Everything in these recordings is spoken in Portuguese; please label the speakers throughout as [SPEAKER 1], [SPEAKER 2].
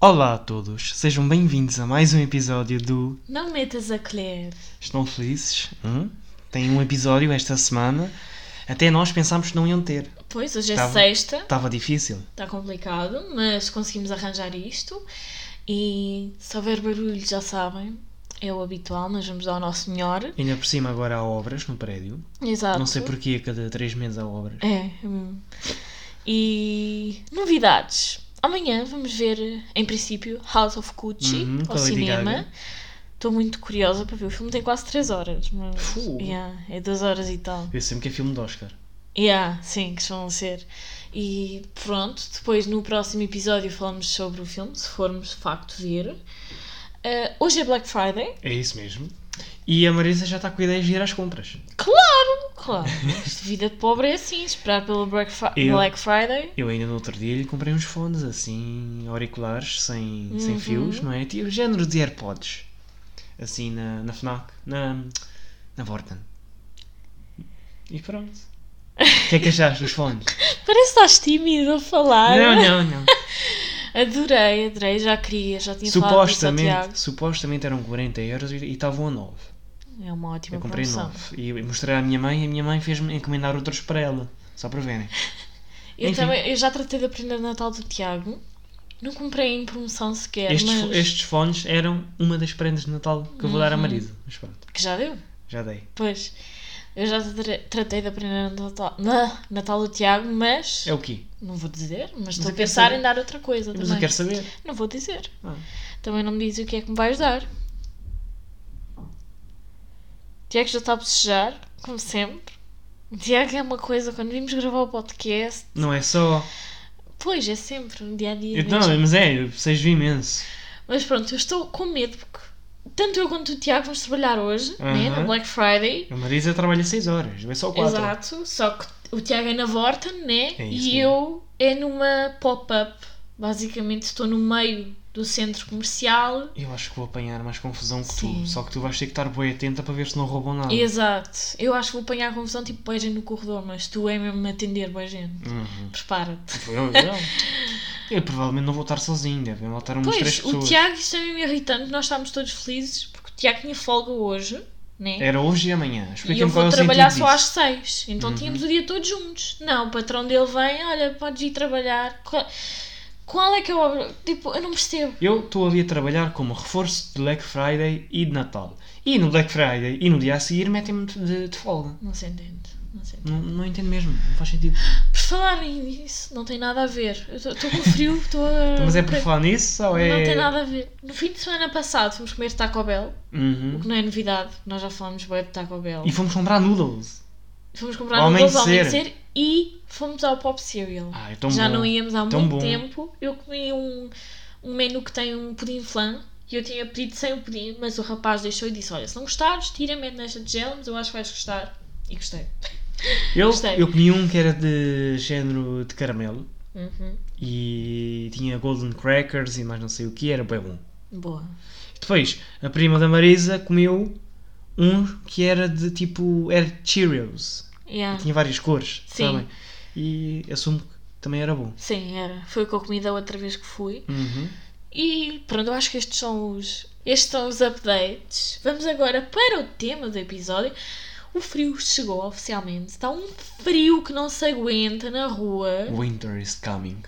[SPEAKER 1] Olá a todos, sejam bem-vindos a mais um episódio do
[SPEAKER 2] Não metas a colher.
[SPEAKER 1] Estão Felizes? Hum? Tem um episódio esta semana. Até nós pensámos que não iam ter.
[SPEAKER 2] Pois, hoje é
[SPEAKER 1] Tava-
[SPEAKER 2] sexta,
[SPEAKER 1] Estava difícil.
[SPEAKER 2] está complicado, mas conseguimos arranjar isto. E se houver barulho, já sabem, é o habitual, mas vamos dar o nosso melhor.
[SPEAKER 1] Ainda por cima agora há obras no prédio.
[SPEAKER 2] Exato.
[SPEAKER 1] Não sei porquê a cada três meses há obras.
[SPEAKER 2] É. hum. E novidades. Amanhã vamos ver, em princípio, House of Gucci
[SPEAKER 1] Uhum, com a
[SPEAKER 2] ao
[SPEAKER 1] Lady
[SPEAKER 2] cinema.
[SPEAKER 1] Gaga.
[SPEAKER 2] Estou muito curiosa para ver. O filme tem quase 3 horas, mas.
[SPEAKER 1] Fu.
[SPEAKER 2] Yeah, é 2 horas e tal.
[SPEAKER 1] Eu sempre que é filme de Oscar.
[SPEAKER 2] Yeah, sim, que vão ser. E pronto, depois no próximo episódio falamos sobre o filme, se formos de facto ver. Ah, hoje é Black Friday?
[SPEAKER 1] É isso mesmo. E a Marisa já está com ideias de ir às compras.
[SPEAKER 2] Claro, claro. Isto, vida de pobre é assim, esperar pelo Black, Fri-
[SPEAKER 1] Eu-
[SPEAKER 2] Black Friday.
[SPEAKER 1] Eu ainda no outro dia lhe comprei uns fones assim, auriculares, sem,
[SPEAKER 2] Uhum.
[SPEAKER 1] sem fios, não é? Tipo género de AirPods. Assim na, na FNAC, na, na Vorten. E pronto. O que é que achaste dos fones?
[SPEAKER 2] Parece que estás tímido a falar.
[SPEAKER 1] não, não, não.
[SPEAKER 2] Adorei, adorei, já queria, já tinha falado disso ao Tiago.
[SPEAKER 1] Supostamente, supostamente eram 40 euros e e estavam a 9.
[SPEAKER 2] É uma ótima
[SPEAKER 1] Eu comprei
[SPEAKER 2] promoção.
[SPEAKER 1] 9. E eu mostrei à minha mãe e a minha mãe fez-me encomendar outros para ela. Só para verem.
[SPEAKER 2] Eu,
[SPEAKER 1] Enfim.
[SPEAKER 2] também, eu já tratei da prenda de Natal do Tiago. Não comprei em promoção sequer,
[SPEAKER 1] Estes,
[SPEAKER 2] É, mas Uhum.
[SPEAKER 1] fo- estes fones eram uma das prendas de Natal que eu vou dar à Marisa. Mas pronto,
[SPEAKER 2] que já deu.
[SPEAKER 1] já dei.
[SPEAKER 2] Pois, eu já tra- tratei da prenda de Natal, na, Natal do Tiago, mas
[SPEAKER 1] É o quê?
[SPEAKER 2] não vou dizer, mas estou
[SPEAKER 1] eu
[SPEAKER 2] a
[SPEAKER 1] quero
[SPEAKER 2] pensar
[SPEAKER 1] saber.
[SPEAKER 2] em dar outra coisa
[SPEAKER 1] Mas eu
[SPEAKER 2] também.
[SPEAKER 1] quero saber.
[SPEAKER 2] Não vou dizer.
[SPEAKER 1] Ah.
[SPEAKER 2] Também não me dizes o que é que me vais dar. Tiago já está a bocejar, como sempre. Tiago é uma coisa, quando vimos gravar o podcast,
[SPEAKER 1] Não é só.
[SPEAKER 2] pois é sempre, um dia a dia.
[SPEAKER 1] Eu, não,
[SPEAKER 2] mesmo.
[SPEAKER 1] mas é, eu vejo imenso.
[SPEAKER 2] Mas pronto, eu estou com medo porque tanto eu quanto o Tiago vamos trabalhar hoje, né,
[SPEAKER 1] Aham.
[SPEAKER 2] no Black Friday.
[SPEAKER 1] A Marisa trabalha 6 horas, eu é só 4.
[SPEAKER 2] Exato, só que o Tiago é na Vorten, né?
[SPEAKER 1] É isso
[SPEAKER 2] e
[SPEAKER 1] mesmo.
[SPEAKER 2] eu é numa pop-up. Basicamente estou no meio do centro comercial.
[SPEAKER 1] Eu acho que vou apanhar mais confusão que
[SPEAKER 2] Sim.
[SPEAKER 1] tu. Só que tu vais ter que estar bem atenta para ver se não roubam nada.
[SPEAKER 2] Exato. Eu acho que vou apanhar a confusão tipo boa gente no corredor, mas tu é mesmo atender boa gente.
[SPEAKER 1] Uhum.
[SPEAKER 2] Prepara-te.
[SPEAKER 1] Eu, eu, eu provavelmente não vou estar sozinho, devem lá estar umas três
[SPEAKER 2] Pois, o
[SPEAKER 1] pessoas.
[SPEAKER 2] Tiago, isto é mesmo irritante, nós estávamos todos felizes porque o Tiago tinha folga hoje, né?
[SPEAKER 1] Era hoje e amanhã.
[SPEAKER 2] E eu
[SPEAKER 1] É, Explica-me qual é
[SPEAKER 2] vou
[SPEAKER 1] o sentido
[SPEAKER 2] trabalhar só às
[SPEAKER 1] disso. Uhum.
[SPEAKER 2] 6. Então tínhamos o dia todo juntos. Não, o patrão dele vem, olha, podes ir trabalhar. Qual, qual é que é o. ob- Tipo, eu não percebo.
[SPEAKER 1] Eu estou ali a trabalhar como reforço de Black Friday e de Natal. E no Black Friday e no dia a seguir metem-me de, de folga.
[SPEAKER 2] Não se entende. Não se entende.
[SPEAKER 1] Não, não entendo mesmo, não faz sentido.
[SPEAKER 2] Por falar nisso, não tem nada a ver. Eu estou com frio, estou a.
[SPEAKER 1] Mas é por falar nisso ou é.
[SPEAKER 2] Não tem nada a ver. No fim de semana passado fomos comer Taco Bell,
[SPEAKER 1] Uhum.
[SPEAKER 2] o que não é novidade, nós já falámos bem de Taco Bell.
[SPEAKER 1] E fomos comprar noodles.
[SPEAKER 2] Fomos comprar
[SPEAKER 1] Ao
[SPEAKER 2] noodles ao
[SPEAKER 1] amanhecer.
[SPEAKER 2] amanhecer e fomos ao Pop Cereal.
[SPEAKER 1] Ah, é tão
[SPEAKER 2] já
[SPEAKER 1] bom.
[SPEAKER 2] não íamos há
[SPEAKER 1] Tão
[SPEAKER 2] muito
[SPEAKER 1] bom.
[SPEAKER 2] tempo. Eu comi um, um menu que tem um pudim flan e eu tinha pedido sem o pudim, mas o rapaz deixou e disse: Olha, se não gostares, tira, mete nesta tigela, mas eu acho que vais gostar. E gostei.
[SPEAKER 1] Eu,
[SPEAKER 2] Gostei.
[SPEAKER 1] eu comi um que era de género de caramelo
[SPEAKER 2] Uhum.
[SPEAKER 1] e tinha golden crackers e mais não sei o que, era bem bom.
[SPEAKER 2] Boa.
[SPEAKER 1] Depois, a prima da Marisa comeu um que era de tipo, era de Cheerios.
[SPEAKER 2] Yeah.
[SPEAKER 1] Tinha várias cores,
[SPEAKER 2] Hum. Sim.
[SPEAKER 1] sabem? E assumo que também era bom.
[SPEAKER 2] Sim, era. Foi o que eu comi da outra vez que fui.
[SPEAKER 1] Uhum.
[SPEAKER 2] E pronto, eu acho que estes são os. Estes são os updates. Vamos agora para o tema do episódio. O frio chegou oficialmente. Está um frio que não se aguenta na rua.
[SPEAKER 1] Winter is coming.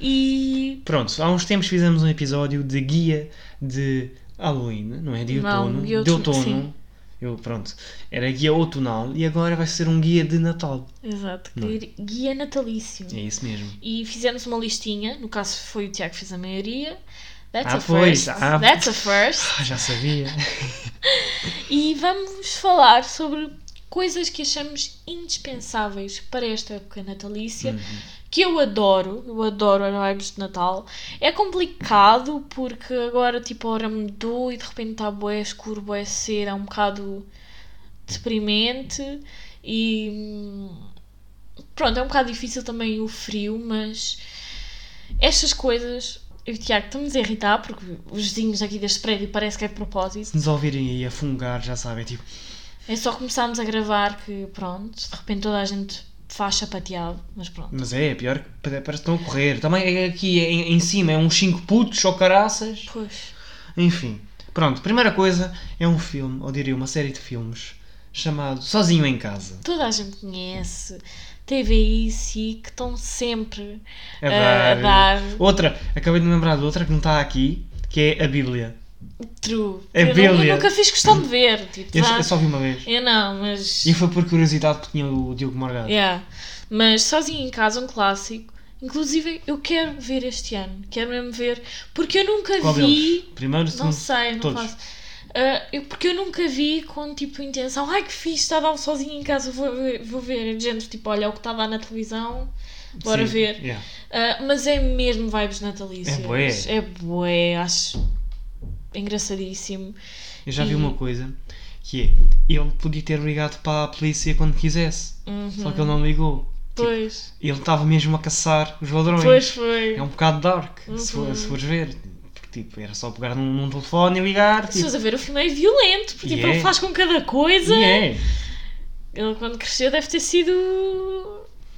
[SPEAKER 2] E.
[SPEAKER 1] Pronto, há uns tempos fizemos um episódio de guia de Halloween, não é? De
[SPEAKER 2] Não,
[SPEAKER 1] outono.
[SPEAKER 2] guia
[SPEAKER 1] de
[SPEAKER 2] outu-
[SPEAKER 1] outono.
[SPEAKER 2] sim.
[SPEAKER 1] Eu, pronto. Era guia outonal e agora vai ser um guia de Natal.
[SPEAKER 2] Exato,
[SPEAKER 1] Não é?
[SPEAKER 2] guia natalício.
[SPEAKER 1] É isso mesmo.
[SPEAKER 2] E fizemos uma listinha. No caso, foi o Tiago que fez a maioria. That's
[SPEAKER 1] Ah,
[SPEAKER 2] a
[SPEAKER 1] pois,
[SPEAKER 2] first.
[SPEAKER 1] ah.
[SPEAKER 2] That's a first.
[SPEAKER 1] Ah, já sabia.
[SPEAKER 2] E vamos falar sobre coisas que achamos indispensáveis para esta época natalícia, que eu adoro, eu adoro as vibes de Natal. É complicado porque agora tipo a hora mudou e de repente está bué escuro, bué cedo, é um bocado deprimente e hum, pronto, é um bocado difícil também o frio, mas estas coisas... Eu e o Tiago estamos a irritar porque os vizinhos aqui deste prédio parece que é de propósito.
[SPEAKER 1] Se nos ouvirem aí a fungar, já sabem, tipo,
[SPEAKER 2] É só começámos a gravar que, pronto, de repente toda a gente faz sapateado, mas pronto.
[SPEAKER 1] Mas é, é pior que pa- parece que estão a correr. Também é aqui em, em cima é uns 5 putos ou caraças.
[SPEAKER 2] Pois.
[SPEAKER 1] Enfim. Pronto, primeira coisa é um filme, ou diria uma série de filmes, chamado Sozinho em Casa.
[SPEAKER 2] Toda a gente conhece. TVI, SIC, estão sempre
[SPEAKER 1] A
[SPEAKER 2] a, a
[SPEAKER 1] dar-
[SPEAKER 2] dar
[SPEAKER 1] É Outra, acabei de me lembrar de outra que não está aqui, que é a Bíblia.
[SPEAKER 2] true.
[SPEAKER 1] É
[SPEAKER 2] eu, nu- eu
[SPEAKER 1] brilliant.
[SPEAKER 2] nunca fiz questão de ver. Tipo,
[SPEAKER 1] Eu,
[SPEAKER 2] dá-
[SPEAKER 1] eu só vi uma vez.
[SPEAKER 2] eu não, mas.
[SPEAKER 1] E foi por curiosidade que tinha o Diogo Morgado.
[SPEAKER 2] Yeah. Mas sozinho em casa, um clássico. Inclusive, eu quero ver este ano. Quero mesmo ver. Porque eu nunca
[SPEAKER 1] Qual
[SPEAKER 2] vi.
[SPEAKER 1] deles? Primeiro,
[SPEAKER 2] Não
[SPEAKER 1] segundo.
[SPEAKER 2] sei, não
[SPEAKER 1] todos.
[SPEAKER 2] faço. Ah, eu- porque eu nunca vi com tipo intenção. Ai que fixe, está a dar sozinho em casa, vou ver. Vou ver. Gente, tipo, olha é o que está a dar na televisão, bora
[SPEAKER 1] Sim,
[SPEAKER 2] ver.
[SPEAKER 1] yeah.
[SPEAKER 2] Ah, mas é mesmo vibes natalícias.
[SPEAKER 1] É bué.
[SPEAKER 2] É bué, acho engraçadíssimo.
[SPEAKER 1] Eu já vi
[SPEAKER 2] E-
[SPEAKER 1] uma coisa que é: ele podia ter ligado para a polícia quando quisesse,
[SPEAKER 2] Uhum.
[SPEAKER 1] só que ele não ligou. Tipo,
[SPEAKER 2] Pois,
[SPEAKER 1] Ele estava mesmo a caçar os ladrões.
[SPEAKER 2] pois foi.
[SPEAKER 1] É um bocado dark, se, for-
[SPEAKER 2] Uhum.
[SPEAKER 1] se fores ver. Porque tipo, era só pegar num, num telefone e ligar. Tipo,
[SPEAKER 2] Se estás a ver, o filme é violento, porque tipo,
[SPEAKER 1] E é.
[SPEAKER 2] ele faz com cada coisa.
[SPEAKER 1] e é.
[SPEAKER 2] Ele quando cresceu deve ter sido.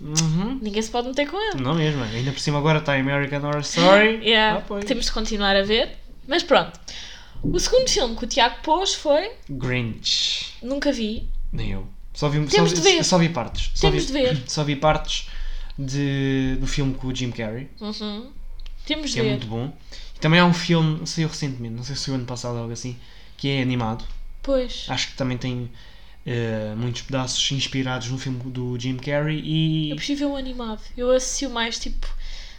[SPEAKER 1] Uhum.
[SPEAKER 2] Ninguém se pode meter com ele.
[SPEAKER 1] Não mesmo, ainda por cima agora está American Horror Story.
[SPEAKER 2] Yeah,
[SPEAKER 1] Ah, pois.
[SPEAKER 2] temos de continuar a ver. Mas pronto. O segundo filme que o Tiago pôs foi
[SPEAKER 1] Grinch.
[SPEAKER 2] Nunca Vi.
[SPEAKER 1] Nem eu. Só vi,
[SPEAKER 2] Temos
[SPEAKER 1] só,
[SPEAKER 2] de
[SPEAKER 1] vi-
[SPEAKER 2] ver.
[SPEAKER 1] só vi partes. Só
[SPEAKER 2] Temos
[SPEAKER 1] vi,
[SPEAKER 2] de ver.
[SPEAKER 1] Só vi partes de, do filme com o Jim Carrey,
[SPEAKER 2] Uhum. Temos
[SPEAKER 1] que
[SPEAKER 2] de
[SPEAKER 1] é
[SPEAKER 2] ver.
[SPEAKER 1] muito bom. E também há um filme, saiu recentemente, não sei se saiu ano passado ou algo assim, que é animado.
[SPEAKER 2] Pois.
[SPEAKER 1] Acho que também tem eh, muitos pedaços inspirados no filme do Jim Carrey e.
[SPEAKER 2] Eu prefiro ver o animado. Eu associo mais tipo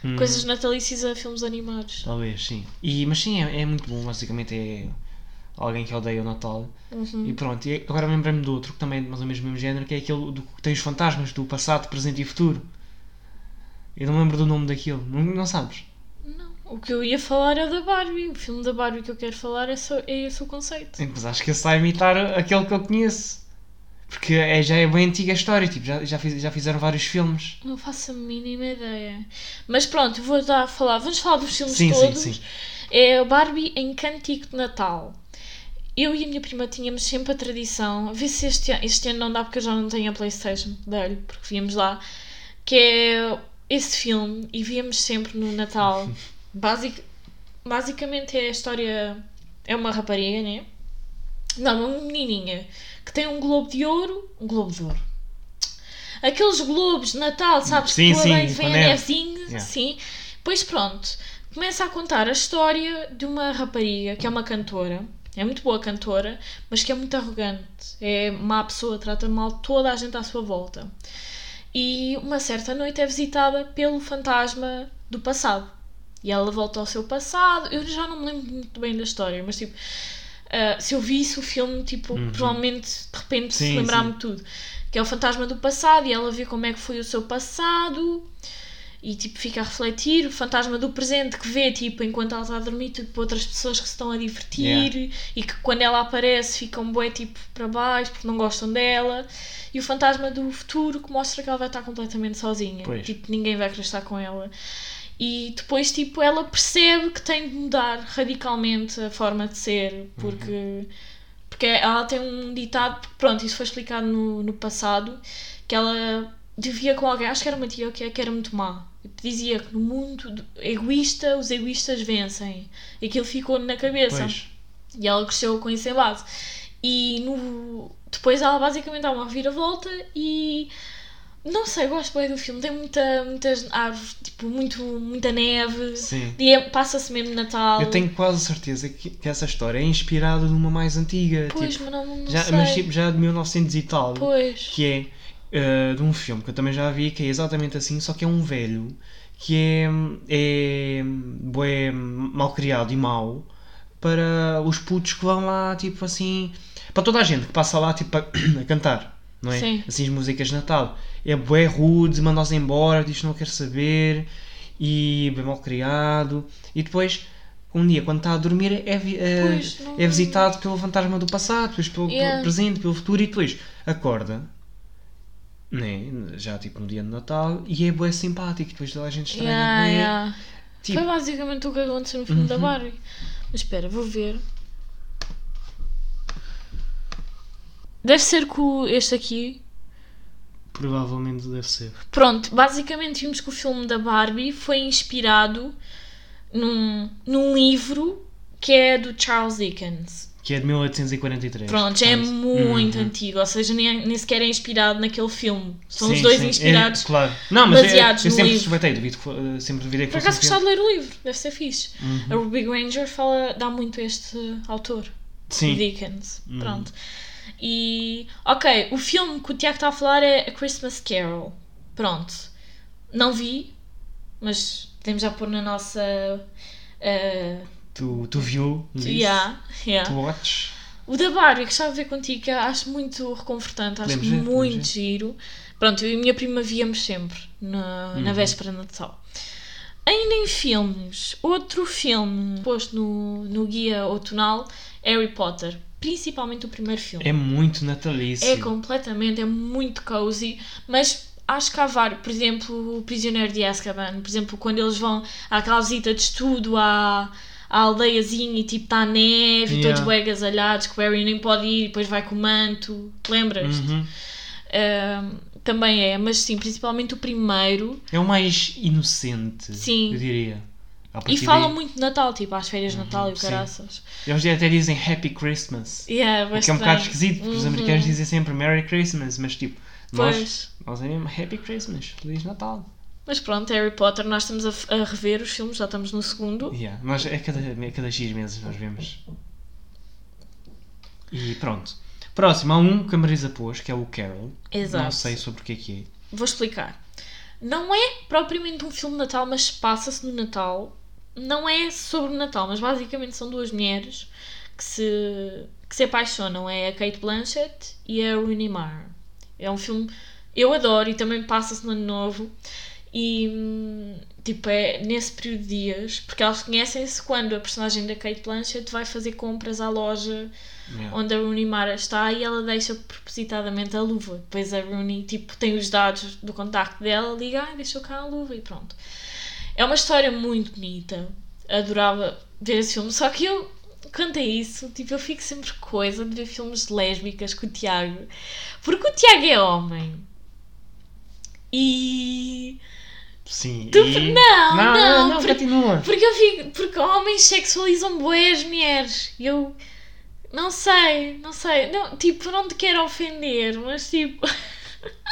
[SPEAKER 1] Hum,
[SPEAKER 2] coisas natalícias a filmes animados.
[SPEAKER 1] Talvez, sim. E, mas sim, é, é muito bom, basicamente é alguém que odeia o Natal.
[SPEAKER 2] Uhum.
[SPEAKER 1] E pronto, e agora lembrei-me do outro, que também é mais ou menos do mesmo género, que é aquele do que tem os fantasmas do passado, presente e futuro. Eu não me lembro do nome daquilo, não, não sabes?
[SPEAKER 2] Não. O que eu ia falar é o da Barbie. O filme da Barbie que eu quero falar é, só, é esse o conceito.
[SPEAKER 1] Sim, Mas acho que esse está a imitar aquele que eu conheço. Porque é, já é bem antiga a história, tipo, já, já, fiz- já fizeram vários filmes.
[SPEAKER 2] Não faço a mínima ideia. Mas pronto, vou dar a falar. Vamos falar dos filmes
[SPEAKER 1] Sim, sim,
[SPEAKER 2] todos.
[SPEAKER 1] sim.
[SPEAKER 2] É a Barbie em Cântico de Natal. Eu e a minha prima tínhamos sempre a tradição, a ver se este, an- este ano não dá porque eu já não tenho a Playstation, dei-lhe, porque víamos lá, que é esse filme e víamos sempre no Natal. Basic, basicamente é a história, é uma rapariga, né? Não, é uma menininha que tem um globo de ouro, um globo de ouro. Aqueles globos de Natal, sabes?
[SPEAKER 1] Sim,
[SPEAKER 2] que
[SPEAKER 1] sim,
[SPEAKER 2] vem, é
[SPEAKER 1] com
[SPEAKER 2] vem a
[SPEAKER 1] neve.
[SPEAKER 2] nevezinha,
[SPEAKER 1] Yeah.
[SPEAKER 2] sim. Pois pronto, começa a contar a história de uma rapariga que é uma cantora, é muito boa cantora, mas que é muito arrogante, é má pessoa, trata mal toda a gente à sua volta. E uma certa noite é visitada pelo fantasma do passado. E ela volta ao seu passado. Eu já não me lembro muito bem da história, mas tipo, ah, se eu visse o filme, tipo,
[SPEAKER 1] Uhum.
[SPEAKER 2] provavelmente de repente se
[SPEAKER 1] Sim,
[SPEAKER 2] lembrar-me de tudo. Que é o fantasma do passado e ela vê como é que foi o seu passado e tipo fica a refletir. O fantasma do presente que vê, tipo, enquanto ela está a dormir, tipo, outras pessoas que se estão a divertir
[SPEAKER 1] Yeah.
[SPEAKER 2] e que quando ela aparece ficam bué tipo para baixo porque não gostam dela. E o fantasma do futuro que mostra que ela vai estar completamente sozinha.
[SPEAKER 1] Pois.
[SPEAKER 2] Tipo, ninguém vai querer estar com ela. E depois, tipo, ela percebe que tem de mudar radicalmente a forma de ser, porque, porque ela tem um ditado, pronto, isso foi explicado no, no passado, que ela vivia com alguém, acho que era uma tia que, que era muito má, e que dizia que no mundo do- egoísta, os egoístas vencem. E aquilo ficou na cabeça.
[SPEAKER 1] Pois.
[SPEAKER 2] E ela cresceu com isso em base. E no... depois ela basicamente dá uma viravolta e. Não sei, gosto bem do filme. Tem muita, muitas árvores, tipo, muito, muita neve.
[SPEAKER 1] Sim.
[SPEAKER 2] E é- passa-se mesmo Natal.
[SPEAKER 1] Eu tenho quase certeza que, que essa história é inspirada numa mais antiga.
[SPEAKER 2] Pois,
[SPEAKER 1] tipo,
[SPEAKER 2] mas não, não
[SPEAKER 1] já,
[SPEAKER 2] sei.
[SPEAKER 1] mas tipo, já de 1900 e tal.
[SPEAKER 2] Pois.
[SPEAKER 1] que é eh, de um filme que eu também já vi, que é exatamente assim, só que é um velho que é, é, bué mal criado e mau para os putos que vão lá, tipo assim, para toda a gente que passa lá, tipo, a, a cantar, não é?
[SPEAKER 2] Sim.
[SPEAKER 1] Assim, as músicas de Natal. É bué rude, manda-os embora, diz que não quer saber, e bem mal criado, e depois... Um dia, quando está a dormir, é, vi- eh,
[SPEAKER 2] Pois, não-
[SPEAKER 1] é visitado pelo fantasma do passado, depois pelo, pelo
[SPEAKER 2] Yeah.
[SPEAKER 1] presente, pelo futuro, e depois acorda né? Já tipo no dia de Natal e é bué simpático, depois toda a gente estranha.
[SPEAKER 2] Yeah,
[SPEAKER 1] bué.
[SPEAKER 2] yeah.
[SPEAKER 1] Tipo, Uhum.
[SPEAKER 2] Foi basicamente o que aconteceu no filme da Barbie. Mas espera, vou ver. Deve ser que o- este aqui
[SPEAKER 1] Provavelmente deve ser.
[SPEAKER 2] Pronto, basicamente vimos que o filme da Barbie foi inspirado num, num livro que é do Charles Dickens.
[SPEAKER 1] Que é de 1843.
[SPEAKER 2] Pronto, já é
[SPEAKER 1] portanto.
[SPEAKER 2] muito
[SPEAKER 1] Uhum.
[SPEAKER 2] antigo, ou seja, nem, nem sequer é inspirado naquele filme. São os
[SPEAKER 1] Sim,
[SPEAKER 2] dois
[SPEAKER 1] sim, é,
[SPEAKER 2] inspirados.
[SPEAKER 1] claro. Não, mas é,
[SPEAKER 2] baseados
[SPEAKER 1] eu, eu
[SPEAKER 2] no
[SPEAKER 1] sempre
[SPEAKER 2] livro.
[SPEAKER 1] suspeitei, duvido que fo- sempre duvidei que
[SPEAKER 2] Por
[SPEAKER 1] fosse
[SPEAKER 2] acaso
[SPEAKER 1] um filme.
[SPEAKER 2] gostava de ler o livro, deve ser fixe.
[SPEAKER 1] Uhum.
[SPEAKER 2] A Ruby Granger fala, dá muito a este autor,
[SPEAKER 1] Sim.
[SPEAKER 2] Dickens.
[SPEAKER 1] Uhum.
[SPEAKER 2] Pronto. E. Ok, o filme que o Tiago está a falar é A Christmas Carol. Pronto. Não vi, mas podemos já pôr na nossa. eh,
[SPEAKER 1] Tu, tu viu? disse?
[SPEAKER 2] yeah, yeah.
[SPEAKER 1] Tu watch?
[SPEAKER 2] O da Barbie, gostava de ver contigo, que acho muito reconfortante, acho
[SPEAKER 1] Podemos ver, podemos
[SPEAKER 2] muito
[SPEAKER 1] ver.
[SPEAKER 2] giro. Pronto, eu e a minha prima víamos sempre na, na
[SPEAKER 1] Uhum.
[SPEAKER 2] véspera de Natal. Ainda em filmes, outro filme posto no, no guia outonal, Harry Potter, principalmente o primeiro filme.
[SPEAKER 1] É muito natalício.
[SPEAKER 2] É, completamente, é muito cozy, mas acho que há vários, por exemplo, o Prisioneiro de Azkaban, por exemplo, quando eles vão àquela visita de estudo à, à aldeiazinha e tipo está neve e
[SPEAKER 1] Yeah.
[SPEAKER 2] todos bem agasalhados, que o Harry nem pode ir e depois vai com o manto, te lembras?
[SPEAKER 1] Uhum.
[SPEAKER 2] Ahm, também é, mas sim, principalmente o primeiro.
[SPEAKER 1] É o mais inocente,
[SPEAKER 2] Sim.
[SPEAKER 1] eu diria. A
[SPEAKER 2] E
[SPEAKER 1] partir
[SPEAKER 2] falam
[SPEAKER 1] daí-
[SPEAKER 2] muito de Natal, tipo às férias de
[SPEAKER 1] Uhum,
[SPEAKER 2] Natal e o
[SPEAKER 1] sim.
[SPEAKER 2] caraças.
[SPEAKER 1] Eles até dizem Happy Christmas.
[SPEAKER 2] Yeah,
[SPEAKER 1] O que é um bocado
[SPEAKER 2] bastante.
[SPEAKER 1] esquisito, porque os
[SPEAKER 2] Uhum.
[SPEAKER 1] americanos dizem sempre Merry Christmas, mas tipo, nós,
[SPEAKER 2] Pois.
[SPEAKER 1] nós é mesmo Happy Christmas, Feliz Natal.
[SPEAKER 2] Mas pronto, Harry Potter, nós estamos a, f- a rever os filmes, já estamos no segundo.
[SPEAKER 1] Yeah, nós, é cada, é cada X meses nós vemos. E pronto. Próximo, há um que a Marisa pôs, que é o Carol.
[SPEAKER 2] Exato.
[SPEAKER 1] Não sei sobre o que é que é.
[SPEAKER 2] Vou explicar. Não é propriamente um filme de Natal, mas passa-se no Natal. Não é sobre o Natal, mas basicamente são duas mulheres que se, que se apaixonam. É a Kate Blanchett e a Rooney Mara. É um filme eu adoro e também passa-se no Ano Novo. E, hum, tipo, é nesse período de dias, porque elas conhecem-se quando a personagem da Kate Blanchett vai fazer compras à loja
[SPEAKER 1] Yeah.
[SPEAKER 2] onde a Rooney Mara está e ela deixa propositadamente a luva. Depois a Rooney tipo, tem os dados do contacto dela, liga, ah, deixou cá a luva e pronto. É uma história muito bonita. Adorava ver esse filme, só que eu, quanto a isso, tipo, eu fico sempre com coisa de ver filmes lésbicas com o Tiago. Porque o Tiago é homem. E.
[SPEAKER 1] Sim.
[SPEAKER 2] Tu-
[SPEAKER 1] e-
[SPEAKER 2] não,
[SPEAKER 1] não,
[SPEAKER 2] não, porque-
[SPEAKER 1] continua.
[SPEAKER 2] Porque eu fico. Porque homens sexualizam bué as mulheres. E Eu. Não sei, não sei. Não, tipo, não te quero ofender, mas tipo.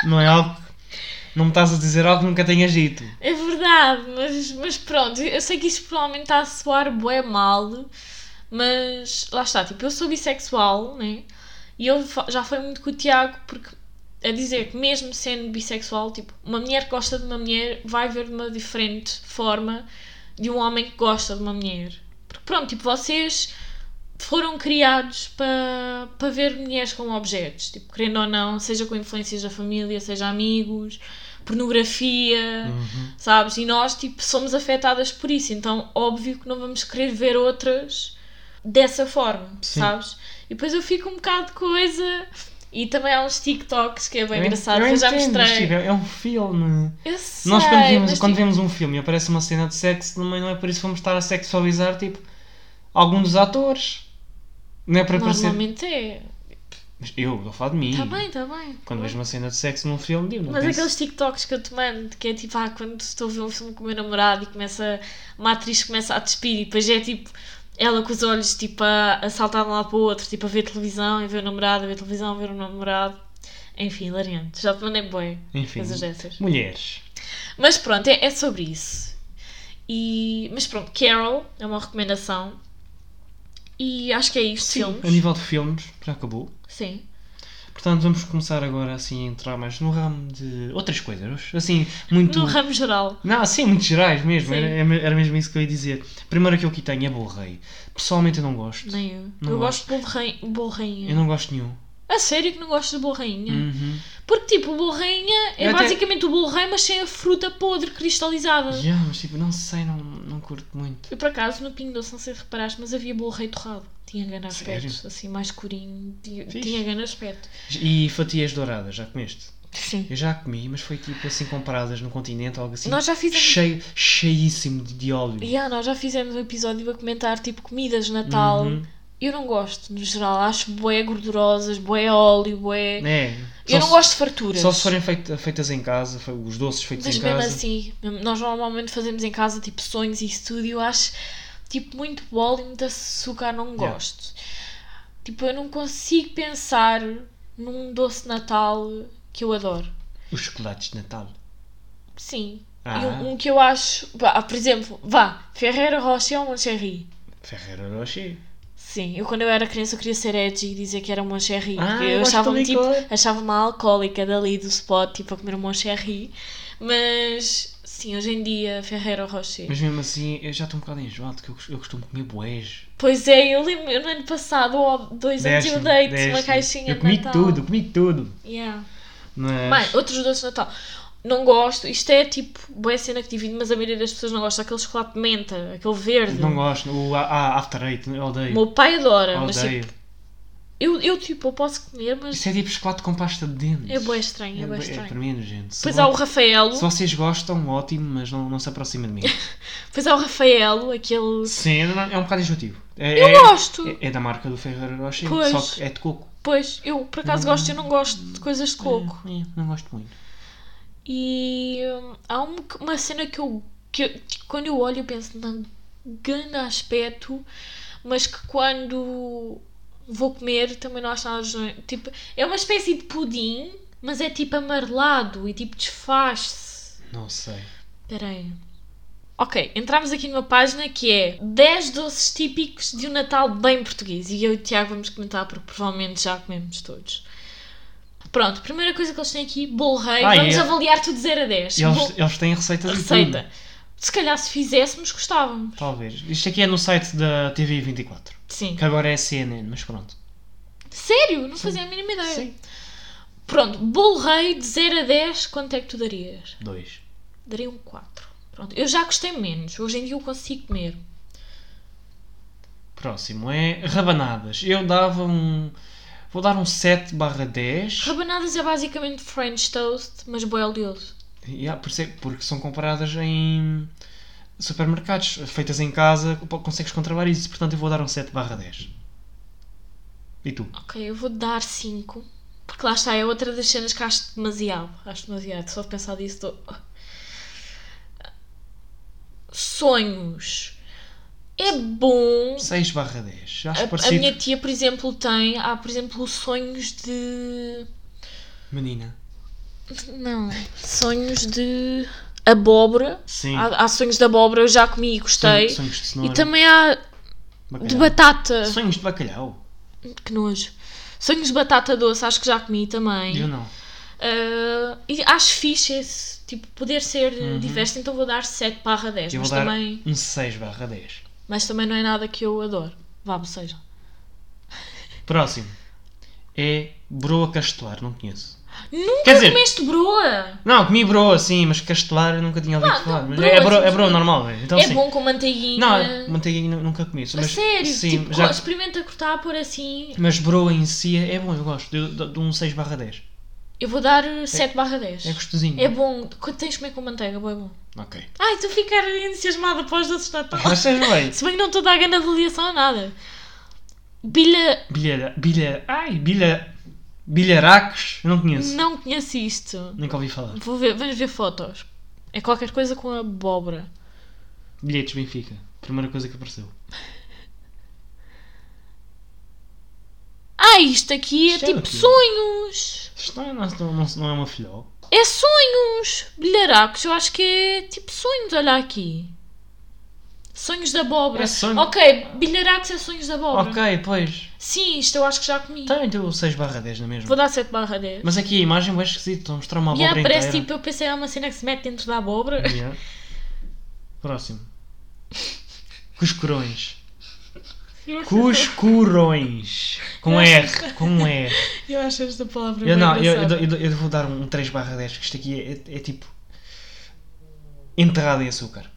[SPEAKER 1] Não é algo. Não me estás a dizer algo que nunca tenhas dito.
[SPEAKER 2] É verdade, mas, mas pronto. Eu sei que isto provavelmente está a soar bué mal, mas lá está. Tipo, eu sou bissexual, né? E eu fa- já fui muito com o Tiago porque. A dizer que mesmo sendo bissexual, tipo, uma mulher que gosta de uma mulher vai ver de uma diferente forma de um homem que gosta de uma mulher. Porque pronto, tipo, vocês foram criados para, para ver mulheres como objetos, tipo, querendo ou não, seja com influências da família, seja amigos, pornografia,
[SPEAKER 1] Uhum.
[SPEAKER 2] sabes? E nós, tipo, somos afetadas por isso, então óbvio que não vamos querer ver outras dessa forma,
[SPEAKER 1] Sim.
[SPEAKER 2] sabes? E depois eu fico um bocado de coisa. E também há uns TikToks que é bem
[SPEAKER 1] Eu en-
[SPEAKER 2] engraçado,
[SPEAKER 1] eu
[SPEAKER 2] que eu já
[SPEAKER 1] entendo, mas,
[SPEAKER 2] mostrei.
[SPEAKER 1] tipo, é um filme.
[SPEAKER 2] Eu sei,
[SPEAKER 1] Nós quando, vemos,
[SPEAKER 2] mas,
[SPEAKER 1] quando
[SPEAKER 2] tipo,
[SPEAKER 1] vemos um filme e aparece uma cena de sexo, também não é por isso que vamos estar a sexualizar tipo algum dos atores. Não é para aparecer.
[SPEAKER 2] normalmente é.
[SPEAKER 1] Mas eu estou a falar de mim.
[SPEAKER 2] Está bem, está bem.
[SPEAKER 1] Quando
[SPEAKER 2] Tá
[SPEAKER 1] vejo uma cena de sexo num filme, digo, não
[SPEAKER 2] Mas
[SPEAKER 1] penso-
[SPEAKER 2] aqueles TikToks que eu te mando, que é tipo, ah, quando estou a ver um filme com o meu namorado e começa, uma atriz começa a despir e depois é tipo, ela com os olhos tipo a, a saltar de um lado para o outro, tipo a ver televisão e ver o namorado, a ver televisão, a ver o namorado. Enfim, hilariante. Já te mandei bem
[SPEAKER 1] Enfim.
[SPEAKER 2] coisas dessas.
[SPEAKER 1] Mulheres.
[SPEAKER 2] Mas pronto, é, é sobre isso. E, mas pronto, Carol é uma recomendação. E acho que é isto, filmes.
[SPEAKER 1] A nível de filmes, já acabou.
[SPEAKER 2] Sim.
[SPEAKER 1] Portanto, vamos começar agora assim a entrar mais no ramo de outras coisas. Assim, muito.
[SPEAKER 2] No ramo geral.
[SPEAKER 1] Não, assim, muito gerais mesmo.
[SPEAKER 2] Sim.
[SPEAKER 1] Era, era mesmo isso que eu ia dizer. Primeiro que eu aqui tenho é Bolo Rei. Pessoalmente eu não gosto.
[SPEAKER 2] Nem eu.
[SPEAKER 1] Não
[SPEAKER 2] eu gosto de bolo rei- bolo rainha.
[SPEAKER 1] Eu não gosto nenhum.
[SPEAKER 2] A sério que não gostas de bolo rainha?
[SPEAKER 1] Uhum.
[SPEAKER 2] Porque tipo, o bolo rainha é
[SPEAKER 1] Eu até-
[SPEAKER 2] basicamente o bolo rei, mas sem a fruta podre cristalizada.
[SPEAKER 1] Yeah, mas tipo, não sei, não, não curto muito.
[SPEAKER 2] Eu por acaso no Pingo Doce, não sei se reparaste, mas havia bolo rei torrado. Tinha grande
[SPEAKER 1] Sério?
[SPEAKER 2] aspecto, assim, mais escurinho. Tinha,
[SPEAKER 1] Fixe.
[SPEAKER 2] tinha grande aspecto.
[SPEAKER 1] E fatias douradas, já comeste?
[SPEAKER 2] Sim.
[SPEAKER 1] Eu já comi, mas foi tipo assim comparadas no continente, algo assim.
[SPEAKER 2] Nós já fizemos. é
[SPEAKER 1] Cheio, cheíssimo de, de óleo.
[SPEAKER 2] ah, Yeah, nós já fizemos um episódio a comentar tipo comidas de Natal
[SPEAKER 1] Uhum.
[SPEAKER 2] Eu não gosto, no geral. Acho boé gordurosas, boé óleo, boé.
[SPEAKER 1] É.
[SPEAKER 2] Eu
[SPEAKER 1] Só
[SPEAKER 2] não
[SPEAKER 1] se-
[SPEAKER 2] gosto de farturas.
[SPEAKER 1] Só se forem feita- feitas em casa, fe- os doces feitos
[SPEAKER 2] Mas
[SPEAKER 1] em
[SPEAKER 2] mesmo
[SPEAKER 1] casa.
[SPEAKER 2] assim, mesmo- nós normalmente fazemos em casa tipo sonhos e isso tudo e eu acho tipo muito óleo e muito açúcar, não
[SPEAKER 1] Yeah.
[SPEAKER 2] gosto. Tipo, eu não consigo pensar num doce de Natal que eu adoro.
[SPEAKER 1] Os chocolates de Natal.
[SPEAKER 2] Sim.
[SPEAKER 1] Ah.
[SPEAKER 2] E um, um que eu acho. vá, por exemplo, vá, Ferreira Rocher ou Moncherry.
[SPEAKER 1] Ferreiro Rocher.
[SPEAKER 2] Sim, eu quando eu era criança eu queria ser edgy e dizer que era um Moncherry.
[SPEAKER 1] Ah,
[SPEAKER 2] porque
[SPEAKER 1] eu
[SPEAKER 2] eu
[SPEAKER 1] gosto
[SPEAKER 2] achava-me
[SPEAKER 1] de
[SPEAKER 2] tipo,
[SPEAKER 1] licor.
[SPEAKER 2] achava-me uma alcoólica dali do spot, tipo a comer um Moncherry. Mas sim, hoje em dia Ferreira Rocher.
[SPEAKER 1] Mas mesmo assim, eu já estou um bocado enjoado, que eu, cos- eu costumo comer boés.
[SPEAKER 2] Pois é, eu lembro, eu no ano passado, ou há dois anos, eu
[SPEAKER 1] Deste-me,
[SPEAKER 2] dei-te uma
[SPEAKER 1] deste-me.
[SPEAKER 2] caixinha
[SPEAKER 1] Eu comi
[SPEAKER 2] de Natal.
[SPEAKER 1] tudo, comi tudo.
[SPEAKER 2] Yeah.
[SPEAKER 1] Mas.
[SPEAKER 2] Bem, outros doces de Natal. Não gosto, isto é tipo, boa cena que divide, mas a maioria das pessoas não gosta. Aquele chocolate de menta, aquele verde.
[SPEAKER 1] não gosto. O a- a- After Eight, eu
[SPEAKER 2] O
[SPEAKER 1] odeio.
[SPEAKER 2] meu pai adora, mas
[SPEAKER 1] odeio.
[SPEAKER 2] tipo, eu, eu tipo, eu posso comer, mas
[SPEAKER 1] Isso é tipo chocolate com pasta de dentes.
[SPEAKER 2] é bué estranho, é bué
[SPEAKER 1] É, para
[SPEAKER 2] estranho.
[SPEAKER 1] mim é nojento. Se
[SPEAKER 2] Depois
[SPEAKER 1] go-
[SPEAKER 2] há o Rafaelo,
[SPEAKER 1] Se vocês gostam, ótimo, mas não, não se aproximem de mim.
[SPEAKER 2] depois há o Rafaelo, aquele...
[SPEAKER 1] Sim, é é um bocado enjoativo. É,
[SPEAKER 2] Eu
[SPEAKER 1] é-
[SPEAKER 2] gosto,
[SPEAKER 1] é- é da marca do Ferreiro Rocher,
[SPEAKER 2] Pois.
[SPEAKER 1] só que é de coco.
[SPEAKER 2] pois, eu por acaso gosto, eu não gosto de coisas de coco.
[SPEAKER 1] É, é, não gosto muito.
[SPEAKER 2] E hum, há um- uma cena que eu, que eu- que quando eu olho eu penso num grande aspecto, mas que quando vou comer também não acho nada de tipo É uma espécie de pudim, mas é tipo amarelado e tipo desfaz-se.
[SPEAKER 1] Não sei.
[SPEAKER 2] Espera aí. Ok, entramos aqui numa página que é 10 doces típicos de um Natal bem português. E eu e o Tiago vamos comentar porque provavelmente já comemos todos. Pronto, primeira coisa que eles têm aqui, bolo rei.
[SPEAKER 1] Ah,
[SPEAKER 2] vamos
[SPEAKER 1] é.
[SPEAKER 2] avaliar tu dizer a 10. Bolo-
[SPEAKER 1] Eles, eles têm receitas e
[SPEAKER 2] Receita.
[SPEAKER 1] tudo.
[SPEAKER 2] Se calhar se fizéssemos, gostávamos.
[SPEAKER 1] Talvez. Isto aqui é no site da TV24.
[SPEAKER 2] Sim.
[SPEAKER 1] Que agora é CNN, mas pronto.
[SPEAKER 2] Sério? Não fazia a mínima ideia.
[SPEAKER 1] Sim.
[SPEAKER 2] Pronto, bolo rei de 0 a 10, quanto é que tu darias?
[SPEAKER 1] Dois.
[SPEAKER 2] Daria um 4. Pronto, eu já gostei menos. Hoje em dia eu consigo comer.
[SPEAKER 1] Próximo é rabanadas. Eu dava um. Vou dar um 7 barra 10.
[SPEAKER 2] Rabanadas é basicamente French toast, mas boi oleoso.
[SPEAKER 1] Yeah, ah, por ser- porque são comparadas em supermercados. Feitas em casa, po- consegues controlar isso. Portanto, eu vou dar um 7 barra 10. E tu?
[SPEAKER 2] Ok, eu vou dar 5. Porque lá está, é outra das cenas que acho demasiado. Acho demasiado. Só de pensar disso estou. Sonhos. É bom.
[SPEAKER 1] 6 barra 10. Já
[SPEAKER 2] A,
[SPEAKER 1] acho
[SPEAKER 2] a
[SPEAKER 1] parecido.
[SPEAKER 2] minha tia, por exemplo, tem. Há, por exemplo, sonhos de.
[SPEAKER 1] Menina.
[SPEAKER 2] Não. Sonhos de. Abóbora.
[SPEAKER 1] Sim.
[SPEAKER 2] Há, há sonhos de abóbora, eu já comi e gostei.
[SPEAKER 1] Sonhos- Sonhos de
[SPEAKER 2] Ah, e
[SPEAKER 1] cenoura.
[SPEAKER 2] também há
[SPEAKER 1] bacalhau.
[SPEAKER 2] de batata.
[SPEAKER 1] Sonhos de bacalhau?
[SPEAKER 2] Que nojo. Sonhos de batata doce, acho que já comi também.
[SPEAKER 1] Eu não.
[SPEAKER 2] Ah, e acho fixe esse, tipo, poder ser
[SPEAKER 1] Uhum.
[SPEAKER 2] diverso, então vou dar 7 barra 10.
[SPEAKER 1] Eu
[SPEAKER 2] Mas
[SPEAKER 1] vou dar
[SPEAKER 2] também,
[SPEAKER 1] um 6 barra 10.
[SPEAKER 2] mas também não é nada que eu adoro. Vá, ou seja.
[SPEAKER 1] Próximo. É broa castelar. Não conheço.
[SPEAKER 2] Nunca
[SPEAKER 1] Quer dizer-
[SPEAKER 2] comeste broa!
[SPEAKER 1] Não, comi broa, sim, mas castelar eu nunca tinha ouvido
[SPEAKER 2] Ah, não,
[SPEAKER 1] falar. Mas
[SPEAKER 2] broa,
[SPEAKER 1] é, broa,
[SPEAKER 2] sim,
[SPEAKER 1] é broa
[SPEAKER 2] sim.
[SPEAKER 1] normal, velho. Então,
[SPEAKER 2] é
[SPEAKER 1] sim.
[SPEAKER 2] bom com manteiguinha.
[SPEAKER 1] Não, manteiguinha nu- nunca comi.
[SPEAKER 2] a
[SPEAKER 1] mas,
[SPEAKER 2] sério,
[SPEAKER 1] sim,
[SPEAKER 2] tipo,
[SPEAKER 1] já,
[SPEAKER 2] experimenta cortar, pôr assim.
[SPEAKER 1] mas broa em si é é bom, eu gosto. De, de, de um 6 barra 10.
[SPEAKER 2] Eu vou dar 7 barra 10.
[SPEAKER 1] É gostosinho.
[SPEAKER 2] É bom, quando tens de comer com manteiga, bom, é bom.
[SPEAKER 1] Ok.
[SPEAKER 2] Ai, tu ficar entusiasmada para os doces de Natal.
[SPEAKER 1] Mas seja bem.
[SPEAKER 2] Se bem que não estou a dar grande avaliação a nada. Bilha,
[SPEAKER 1] Bilha, bilha, ai, bilha, bilharacos, eu não conheço.
[SPEAKER 2] não conheço isto.
[SPEAKER 1] Nunca ouvi falar.
[SPEAKER 2] Vou ver, vamos ver fotos. É qualquer coisa com abóbora.
[SPEAKER 1] Bilhetes Benfica. Primeira coisa que apareceu.
[SPEAKER 2] Ah, isto aqui é
[SPEAKER 1] Isto é
[SPEAKER 2] tipo
[SPEAKER 1] daquilo.
[SPEAKER 2] sonhos.
[SPEAKER 1] Isto não, é- não, não, não- não é uma filhó.
[SPEAKER 2] É sonhos. Bilharacos, eu acho que é tipo sonhos, olha aqui. Sonhos da abóbora.
[SPEAKER 1] É sonho.
[SPEAKER 2] Ok, bilharacos é sonhos da abóbora.
[SPEAKER 1] Ok, pois.
[SPEAKER 2] Sim, isto eu acho que já comi.
[SPEAKER 1] Então, então 6 barra 10 na mesma.
[SPEAKER 2] Vou dar 7 barra 10.
[SPEAKER 1] Mas aqui a imagem é esquisita, estão a mostrar uma
[SPEAKER 2] E
[SPEAKER 1] abóbora
[SPEAKER 2] yeah, parece
[SPEAKER 1] inteira.
[SPEAKER 2] tipo, eu pensei, há uma cena que se mete dentro da abóbora.
[SPEAKER 1] Yeah. Próximo. Cuscurões. Cuscurões. Com R, com um R.
[SPEAKER 2] Eu acho esta palavra
[SPEAKER 1] Eu
[SPEAKER 2] bem
[SPEAKER 1] não, eu, eu,
[SPEAKER 2] engraçada.
[SPEAKER 1] dou- eu dou- eu vou dar um 3 barra 10, que isto aqui é, é- é tipo enterrado em açúcar.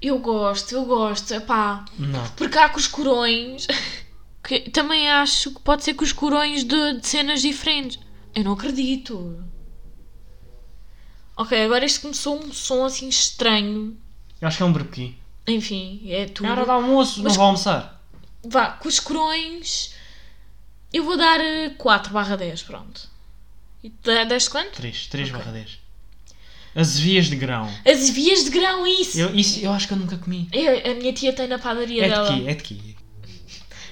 [SPEAKER 2] Eu gosto, eu gosto, epá.
[SPEAKER 1] Não.
[SPEAKER 2] Porque há cuscurões. Que também acho que pode ser cuscurões de, de cenas diferentes. Eu não acredito. Ok, agora isto começou um som assim estranho.
[SPEAKER 1] Eu acho que é um burbuquim.
[SPEAKER 2] Enfim, é tudo.
[SPEAKER 1] É hora do almoço,
[SPEAKER 2] Mas-
[SPEAKER 1] não vou almoçar.
[SPEAKER 2] Vá, com os corões. Eu vou dar eh, 4 barra 10, pronto. E tu deste quanto?
[SPEAKER 1] 3, 3
[SPEAKER 2] Ok.
[SPEAKER 1] barra 10. As vias de grão.
[SPEAKER 2] As vias de grão, isso!
[SPEAKER 1] Eu, isso eu acho que eu nunca comi.
[SPEAKER 2] É, a minha tia tem na padaria
[SPEAKER 1] É de
[SPEAKER 2] dela.
[SPEAKER 1] quê? É de quê?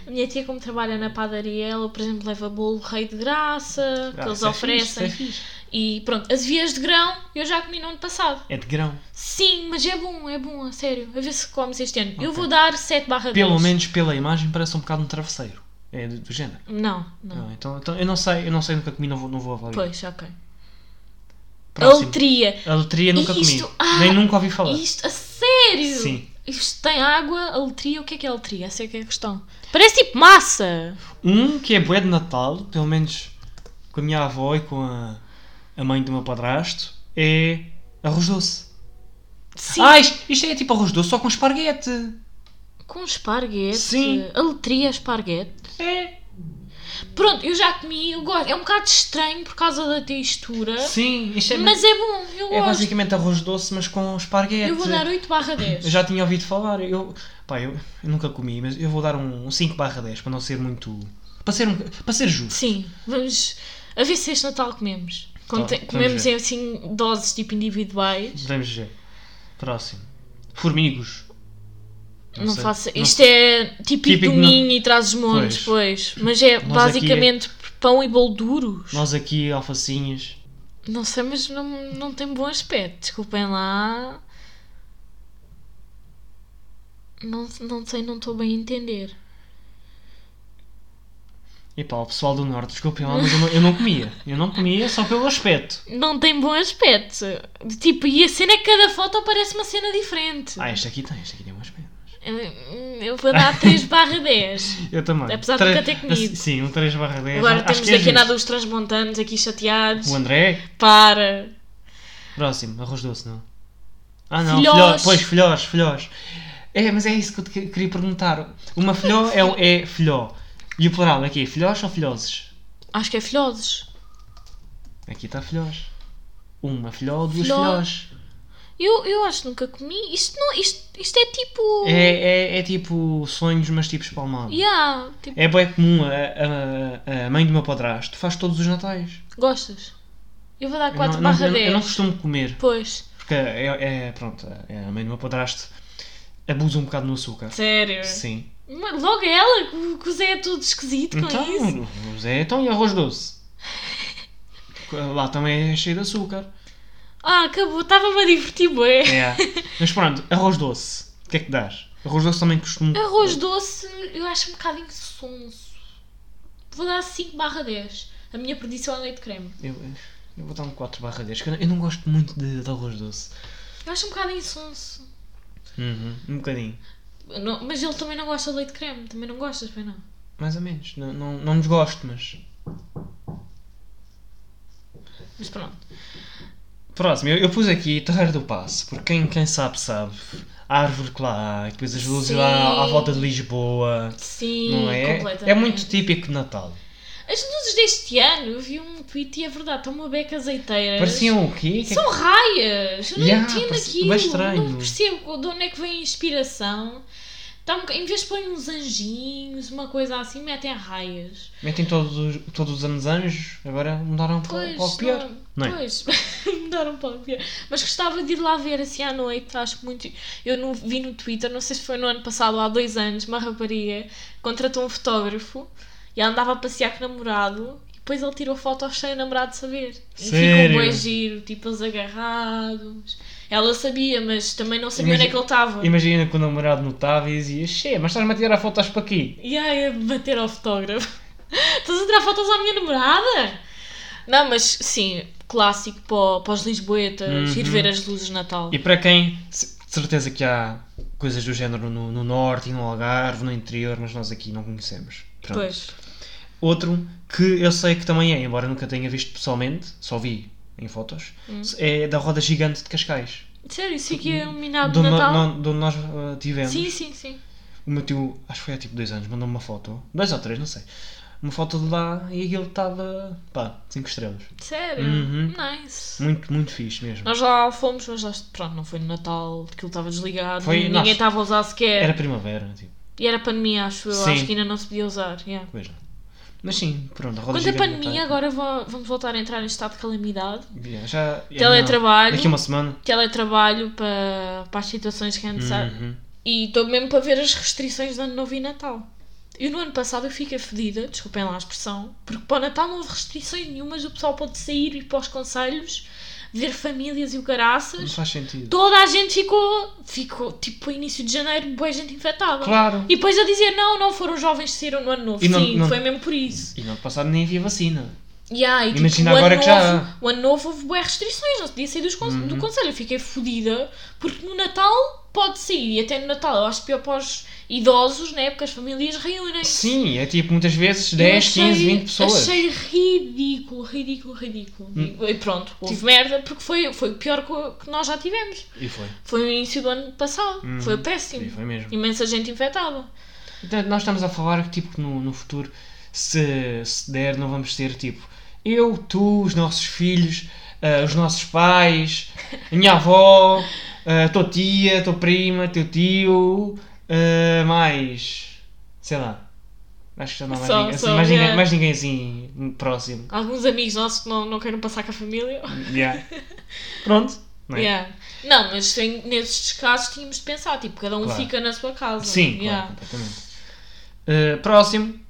[SPEAKER 2] A minha tia, como trabalha na padaria, ela, por exemplo, leva bolo rei de graça, que
[SPEAKER 1] Ah,
[SPEAKER 2] eles
[SPEAKER 1] isso é fixe, isso
[SPEAKER 2] oferecem.
[SPEAKER 1] é fixe.
[SPEAKER 2] E pronto, as vias de grão eu já comi no ano passado.
[SPEAKER 1] É de grão.
[SPEAKER 2] Sim, mas é bom, é bom, a sério. A ver se comes este ano. Eu
[SPEAKER 1] Ok.
[SPEAKER 2] vou dar 7 barra 10.
[SPEAKER 1] Pelo menos pela imagem parece um bocado um travesseiro. É do, do género.
[SPEAKER 2] Não, não.
[SPEAKER 1] Não, então, então eu não sei, eu não sei, nunca comi, não vou, não vou avaliar.
[SPEAKER 2] Pois, ok.
[SPEAKER 1] Ah. Próximo.
[SPEAKER 2] Aletria.
[SPEAKER 1] A loteria nunca
[SPEAKER 2] Isto-
[SPEAKER 1] comi.
[SPEAKER 2] Ah!
[SPEAKER 1] Nem nunca ouvi falar.
[SPEAKER 2] Isto, a sério?
[SPEAKER 1] Sim.
[SPEAKER 2] Isto tem água, aletria. O que é que é aletria? Essa é que é a questão. Parece tipo massa.
[SPEAKER 1] Um que é bué de Natal, pelo menos com a minha avó e com a, a mãe do meu padrasto, é arroz doce.
[SPEAKER 2] Sim.
[SPEAKER 1] Ah, isto, isto é tipo arroz doce só com esparguete.
[SPEAKER 2] Com esparguete.
[SPEAKER 1] Sim.
[SPEAKER 2] Aletria, esparguete.
[SPEAKER 1] É.
[SPEAKER 2] Pronto, eu já comi, eu gosto. É um bocado estranho por causa da textura,
[SPEAKER 1] Sim, isto é,
[SPEAKER 2] mas é bom, eu
[SPEAKER 1] é
[SPEAKER 2] gosto.
[SPEAKER 1] basicamente arroz doce, mas com esparguete.
[SPEAKER 2] eu vou dar um- 8 barra 10.
[SPEAKER 1] Eu já tinha ouvido falar. Eu, pá, eu, eu nunca comi, mas eu vou dar um 5 barra 10 para não ser muito. Para ser, um, para ser justo.
[SPEAKER 2] Sim, vamos a ver se este Natal comemos. Quando
[SPEAKER 1] Tá,
[SPEAKER 2] te-
[SPEAKER 1] vamos
[SPEAKER 2] comemos
[SPEAKER 1] ver.
[SPEAKER 2] em assim doses tipo individuais.
[SPEAKER 1] Vamos ver. Próximo. Formigos.
[SPEAKER 2] Não,
[SPEAKER 1] sei.
[SPEAKER 2] faço.
[SPEAKER 1] Não-
[SPEAKER 2] Isto é típico,
[SPEAKER 1] Típico
[SPEAKER 2] do
[SPEAKER 1] na-
[SPEAKER 2] Minho e traz os montes, pois. Mas é
[SPEAKER 1] aqui
[SPEAKER 2] basicamente pão e bolo duros.
[SPEAKER 1] Nós aqui, alfacinhas.
[SPEAKER 2] Não sei, mas não, não tem bom aspecto. Desculpem lá. Não, não sei, não estou bem a entender.
[SPEAKER 1] E pá, o pessoal do Norte, desculpem lá, mas eu não, eu não comia. Eu não comia só pelo aspecto.
[SPEAKER 2] não tem bom aspecto. Tipo, e a cena é que cada foto aparece uma cena diferente.
[SPEAKER 1] Ah, este aqui tem, este aqui tem um aspecto.
[SPEAKER 2] Eu, eu vou dar 3 barra 10.
[SPEAKER 1] Eu também.
[SPEAKER 2] Apesar de
[SPEAKER 1] Tre-
[SPEAKER 2] nunca ter comido.
[SPEAKER 1] Assim, Sim, um 3 barra 10.
[SPEAKER 2] Agora
[SPEAKER 1] acho
[SPEAKER 2] temos
[SPEAKER 1] que é
[SPEAKER 2] daqui a
[SPEAKER 1] justo.
[SPEAKER 2] nada os transmontanos aqui chateados.
[SPEAKER 1] O André,
[SPEAKER 2] Para.
[SPEAKER 1] próximo, arroz doce, não? Ah não,
[SPEAKER 2] Filhós.
[SPEAKER 1] filhós. pois, filhós, filhós. É, mas é isso que eu te que- queria perguntar. Uma filhó é, um- é filhó. E o plural aqui é filhós ou filhoses?
[SPEAKER 2] Acho que é filhosos.
[SPEAKER 1] Aqui está filhós. Uma filhó, duas
[SPEAKER 2] Filhó.
[SPEAKER 1] filhós.
[SPEAKER 2] Eu, eu acho que nunca comi. Isto, não, isto, isto é tipo.
[SPEAKER 1] É, é, é tipo sonhos, mas tipo espalmado.
[SPEAKER 2] Yeah, tipo,
[SPEAKER 1] É bem comum, a, a, a mãe do meu padrasto faz todos os natais.
[SPEAKER 2] gostas. Eu vou dar
[SPEAKER 1] Eu
[SPEAKER 2] 4
[SPEAKER 1] não,
[SPEAKER 2] barra
[SPEAKER 1] eu não,
[SPEAKER 2] 10.
[SPEAKER 1] eu não costumo comer,
[SPEAKER 2] Pois.
[SPEAKER 1] porque é, é- pronto, é, a mãe do meu padrasto abusa um bocado no açúcar.
[SPEAKER 2] Sério.
[SPEAKER 1] Sim.
[SPEAKER 2] Mas logo ela, que o- que o Zé é todo esquisito com isso.
[SPEAKER 1] Então, o Zé, então e arroz doce? Lá também é cheio de açúcar.
[SPEAKER 2] Ah, acabou. Estava-me a divertir, bué.
[SPEAKER 1] É. Mas pronto, arroz doce. O que é que dás? Arroz doce também costumo.
[SPEAKER 2] Arroz doce eu acho um bocado insonso. Vou dar 5 barra 10. A minha perdição é leite creme.
[SPEAKER 1] Eu, eu vou dar um 4 barra 10, que eu não- eu não gosto muito de, de arroz doce.
[SPEAKER 2] Eu acho um bocado insonso.
[SPEAKER 1] Uhum, um bocadinho.
[SPEAKER 2] Não- mas ele também não gosta de leite creme. Também não gostas, bem não.
[SPEAKER 1] Mais ou menos. Não, não, não nos gosto, mas.
[SPEAKER 2] Mas pronto.
[SPEAKER 1] Próximo, eu, eu pus aqui Terreiro do Passo, porque quem, quem sabe, sabe. A árvore que lá há, e depois as luzes lá à
[SPEAKER 2] Sim.
[SPEAKER 1] volta de Lisboa.
[SPEAKER 2] Sim,
[SPEAKER 1] não é?
[SPEAKER 2] completamente.
[SPEAKER 1] É muito típico de Natal.
[SPEAKER 2] As luzes deste ano, eu vi um tweet e é verdade, estão uma beca azeiteira.
[SPEAKER 1] Pareciam o quê? Que é-
[SPEAKER 2] São raias! Eu não
[SPEAKER 1] Yeah,
[SPEAKER 2] entendo
[SPEAKER 1] parece-
[SPEAKER 2] aquilo.
[SPEAKER 1] bem estranho.
[SPEAKER 2] Não percebo de onde é que vem a inspiração. Tá um boca- em vez de pôr uns anjinhos, uma coisa assim, metem raias.
[SPEAKER 1] Metem todos, os- todos os anos anjos, agora mudaram para, para o pior.
[SPEAKER 2] não-
[SPEAKER 1] não é?
[SPEAKER 2] Pois, mudaram para o pior. Mas gostava de ir lá ver assim à noite, acho que muito. Eu não vi no Twitter, não sei se foi no ano passado ou há dois anos, uma rapariga contratou um fotógrafo e ela andava a passear com o namorado e depois ele tirou fotos sem o namorado saber. E
[SPEAKER 1] Sério?
[SPEAKER 2] ficou bem giro, tipo eles agarrados. Ela sabia, mas também não sabia onde é que ele estava.
[SPEAKER 1] Imagina que o namorado notava e dizia: Xê, mas estás-me a tirar fotos para aqui.
[SPEAKER 2] E aí a bater ao fotógrafo. Estás a tirar fotos à minha namorada? Não, mas sim, clássico para, para os lisboetas, ir
[SPEAKER 1] Uhum.
[SPEAKER 2] ver as luzes de Natal.
[SPEAKER 1] E para quem, se- de certeza que há coisas do género no, no norte e no Algarve, no interior, mas nós aqui não conhecemos. Pronto.
[SPEAKER 2] Pois.
[SPEAKER 1] Outro que eu sei que também é, embora nunca tenha visto pessoalmente, só vi em fotos,
[SPEAKER 2] Hum.
[SPEAKER 1] é da roda gigante de Cascais.
[SPEAKER 2] Sério, isso aqui é iluminado
[SPEAKER 1] De
[SPEAKER 2] de
[SPEAKER 1] onde,
[SPEAKER 2] Natal?
[SPEAKER 1] no- de onde nós ah, tivemos.
[SPEAKER 2] Sim, sim, sim.
[SPEAKER 1] O meu tio, acho que foi há tipo dois anos, mandou-me uma foto. Dois ou três, não sei. Uma foto de lá e aquilo estava. pá, cinco estrelas.
[SPEAKER 2] Sério?
[SPEAKER 1] Uhum.
[SPEAKER 2] Nice.
[SPEAKER 1] Muito, muito fixe mesmo.
[SPEAKER 2] Nós lá fomos, mas lá, pronto, não foi no Natal, aquilo estava desligado,
[SPEAKER 1] Foi-
[SPEAKER 2] ninguém
[SPEAKER 1] nós-
[SPEAKER 2] estava a usar sequer.
[SPEAKER 1] Era primavera, tipo.
[SPEAKER 2] E era pandemia, acho eu.
[SPEAKER 1] Sim.
[SPEAKER 2] Acho que ainda não se podia usar. yeah.
[SPEAKER 1] Pois não. Mas sim, pronto, a roda
[SPEAKER 2] Quanto à
[SPEAKER 1] gigante
[SPEAKER 2] pandemia,
[SPEAKER 1] tá-
[SPEAKER 2] agora vo- vamos voltar a entrar em estado de calamidade.
[SPEAKER 1] Yeah, já, yeah,
[SPEAKER 2] Teletrabalho.
[SPEAKER 1] não. Daqui a uma semana.
[SPEAKER 2] Teletrabalho para, para as situações que é antes
[SPEAKER 1] Uhum.
[SPEAKER 2] E estou mesmo para ver as restrições de Ano Novo e Natal. Eu no ano passado eu fiquei fedida, desculpem lá a expressão, porque para o Natal não houve restrições nenhumas, o pessoal pode sair, ir para os conselhos, ver famílias e o
[SPEAKER 1] Não
[SPEAKER 2] caraças.
[SPEAKER 1] faz sentido.
[SPEAKER 2] Toda a gente ficou, ficou tipo, início de janeiro, boa gente infectada.
[SPEAKER 1] Claro.
[SPEAKER 2] E depois a dizer, não, não foram os jovens que saíram no ano novo.
[SPEAKER 1] E não-
[SPEAKER 2] Sim,
[SPEAKER 1] não-
[SPEAKER 2] foi mesmo por isso.
[SPEAKER 1] E no ano passado nem havia vacina.
[SPEAKER 2] Yeah, e, tipo,
[SPEAKER 1] Imagina
[SPEAKER 2] o ano
[SPEAKER 1] agora que já Uhum.
[SPEAKER 2] novo- O ano novo houve boas restrições, não se podia sair dos con- do conselho. Eu fiquei fodida, porque no Natal pode sair, e até no Natal eu acho pior para os idosos, né? Porque as famílias reúnem.
[SPEAKER 1] Sim, é tipo muitas vezes 10, 15, 20 pessoas. Hum.
[SPEAKER 2] Achei ridículo, ridículo, ridículo. E pronto, houve
[SPEAKER 1] Tipo-
[SPEAKER 2] merda, porque foi, foi o pior que o- que nós já tivemos.
[SPEAKER 1] E foi.
[SPEAKER 2] Foi o início do ano passado,
[SPEAKER 1] Uhum.
[SPEAKER 2] foi
[SPEAKER 1] E
[SPEAKER 2] péssimo.
[SPEAKER 1] foi mesmo.
[SPEAKER 2] Imensa gente infectada.
[SPEAKER 1] Portanto, nós estamos a falar que tipo que no, no futuro, se, se der, não vamos ter tipo eu, tu, os nossos filhos, ah, os nossos pais, a minha avó, ah, a tua tia, tua prima, teu tio, ah, mais sei lá. Acho que já não há mais,
[SPEAKER 2] Só-
[SPEAKER 1] ninguém, assim,
[SPEAKER 2] só,
[SPEAKER 1] mais,
[SPEAKER 2] yeah.
[SPEAKER 1] ninguém, mais ninguém assim próximo.
[SPEAKER 2] Alguns amigos nossos que não, não queiram passar com a família.
[SPEAKER 1] Yeah. Pronto. não é?
[SPEAKER 2] Yeah. Não, mas em- nesses casos tínhamos de pensar, tipo, cada um
[SPEAKER 1] Claro.
[SPEAKER 2] fica na sua casa.
[SPEAKER 1] Sim, claro,
[SPEAKER 2] Yeah.
[SPEAKER 1] completamente. Ah, próximo.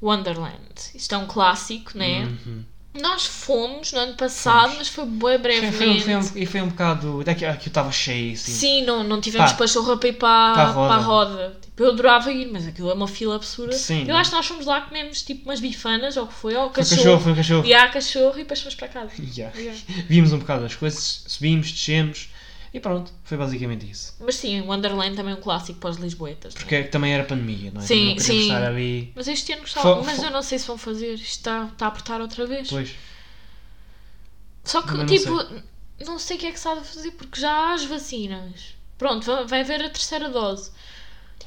[SPEAKER 2] Wonderland. Isto é um clássico, né?
[SPEAKER 1] Uhum.
[SPEAKER 2] Nós fomos no ano passado, mas foi bem
[SPEAKER 1] Foi,
[SPEAKER 2] brevemente.
[SPEAKER 1] foi, um- foi, um, e foi um bocado. Daqui aqui eu estava cheio, assim.
[SPEAKER 2] assim, Sim, não, não tivemos
[SPEAKER 1] Pá.
[SPEAKER 2] pachorra para ir para,
[SPEAKER 1] Para a roda.
[SPEAKER 2] para a roda. Tipo, eu adorava ir, mas aquilo é uma fila absurda.
[SPEAKER 1] Sim.
[SPEAKER 2] Eu acho que nós fomos lá, comemos tipo umas bifanas, ou o que foi, ou
[SPEAKER 1] Foi o
[SPEAKER 2] cachorro.
[SPEAKER 1] cachorro, foi o cachorro.
[SPEAKER 2] E há cachorro e depois fomos para casa.
[SPEAKER 1] Yeah.
[SPEAKER 2] Yeah.
[SPEAKER 1] Vimos um bocado as coisas, subimos, descemos e pronto, foi basicamente isso.
[SPEAKER 2] Mas sim, Wonderland também é um clássico para os lisboetas. né?
[SPEAKER 1] Porque também era pandemia, não é?
[SPEAKER 2] Sim,
[SPEAKER 1] não queríamos
[SPEAKER 2] sim.
[SPEAKER 1] estar ali.
[SPEAKER 2] Mas este ano gostava,
[SPEAKER 1] Fo-
[SPEAKER 2] mas
[SPEAKER 1] fo-
[SPEAKER 2] eu não sei se vão fazer. Isto está, está a apertar outra vez.
[SPEAKER 1] Pois,
[SPEAKER 2] Só que,
[SPEAKER 1] Também não
[SPEAKER 2] tipo, não sei o que é que se há de fazer porque já há as vacinas. Pronto, va- vai haver a terceira dose.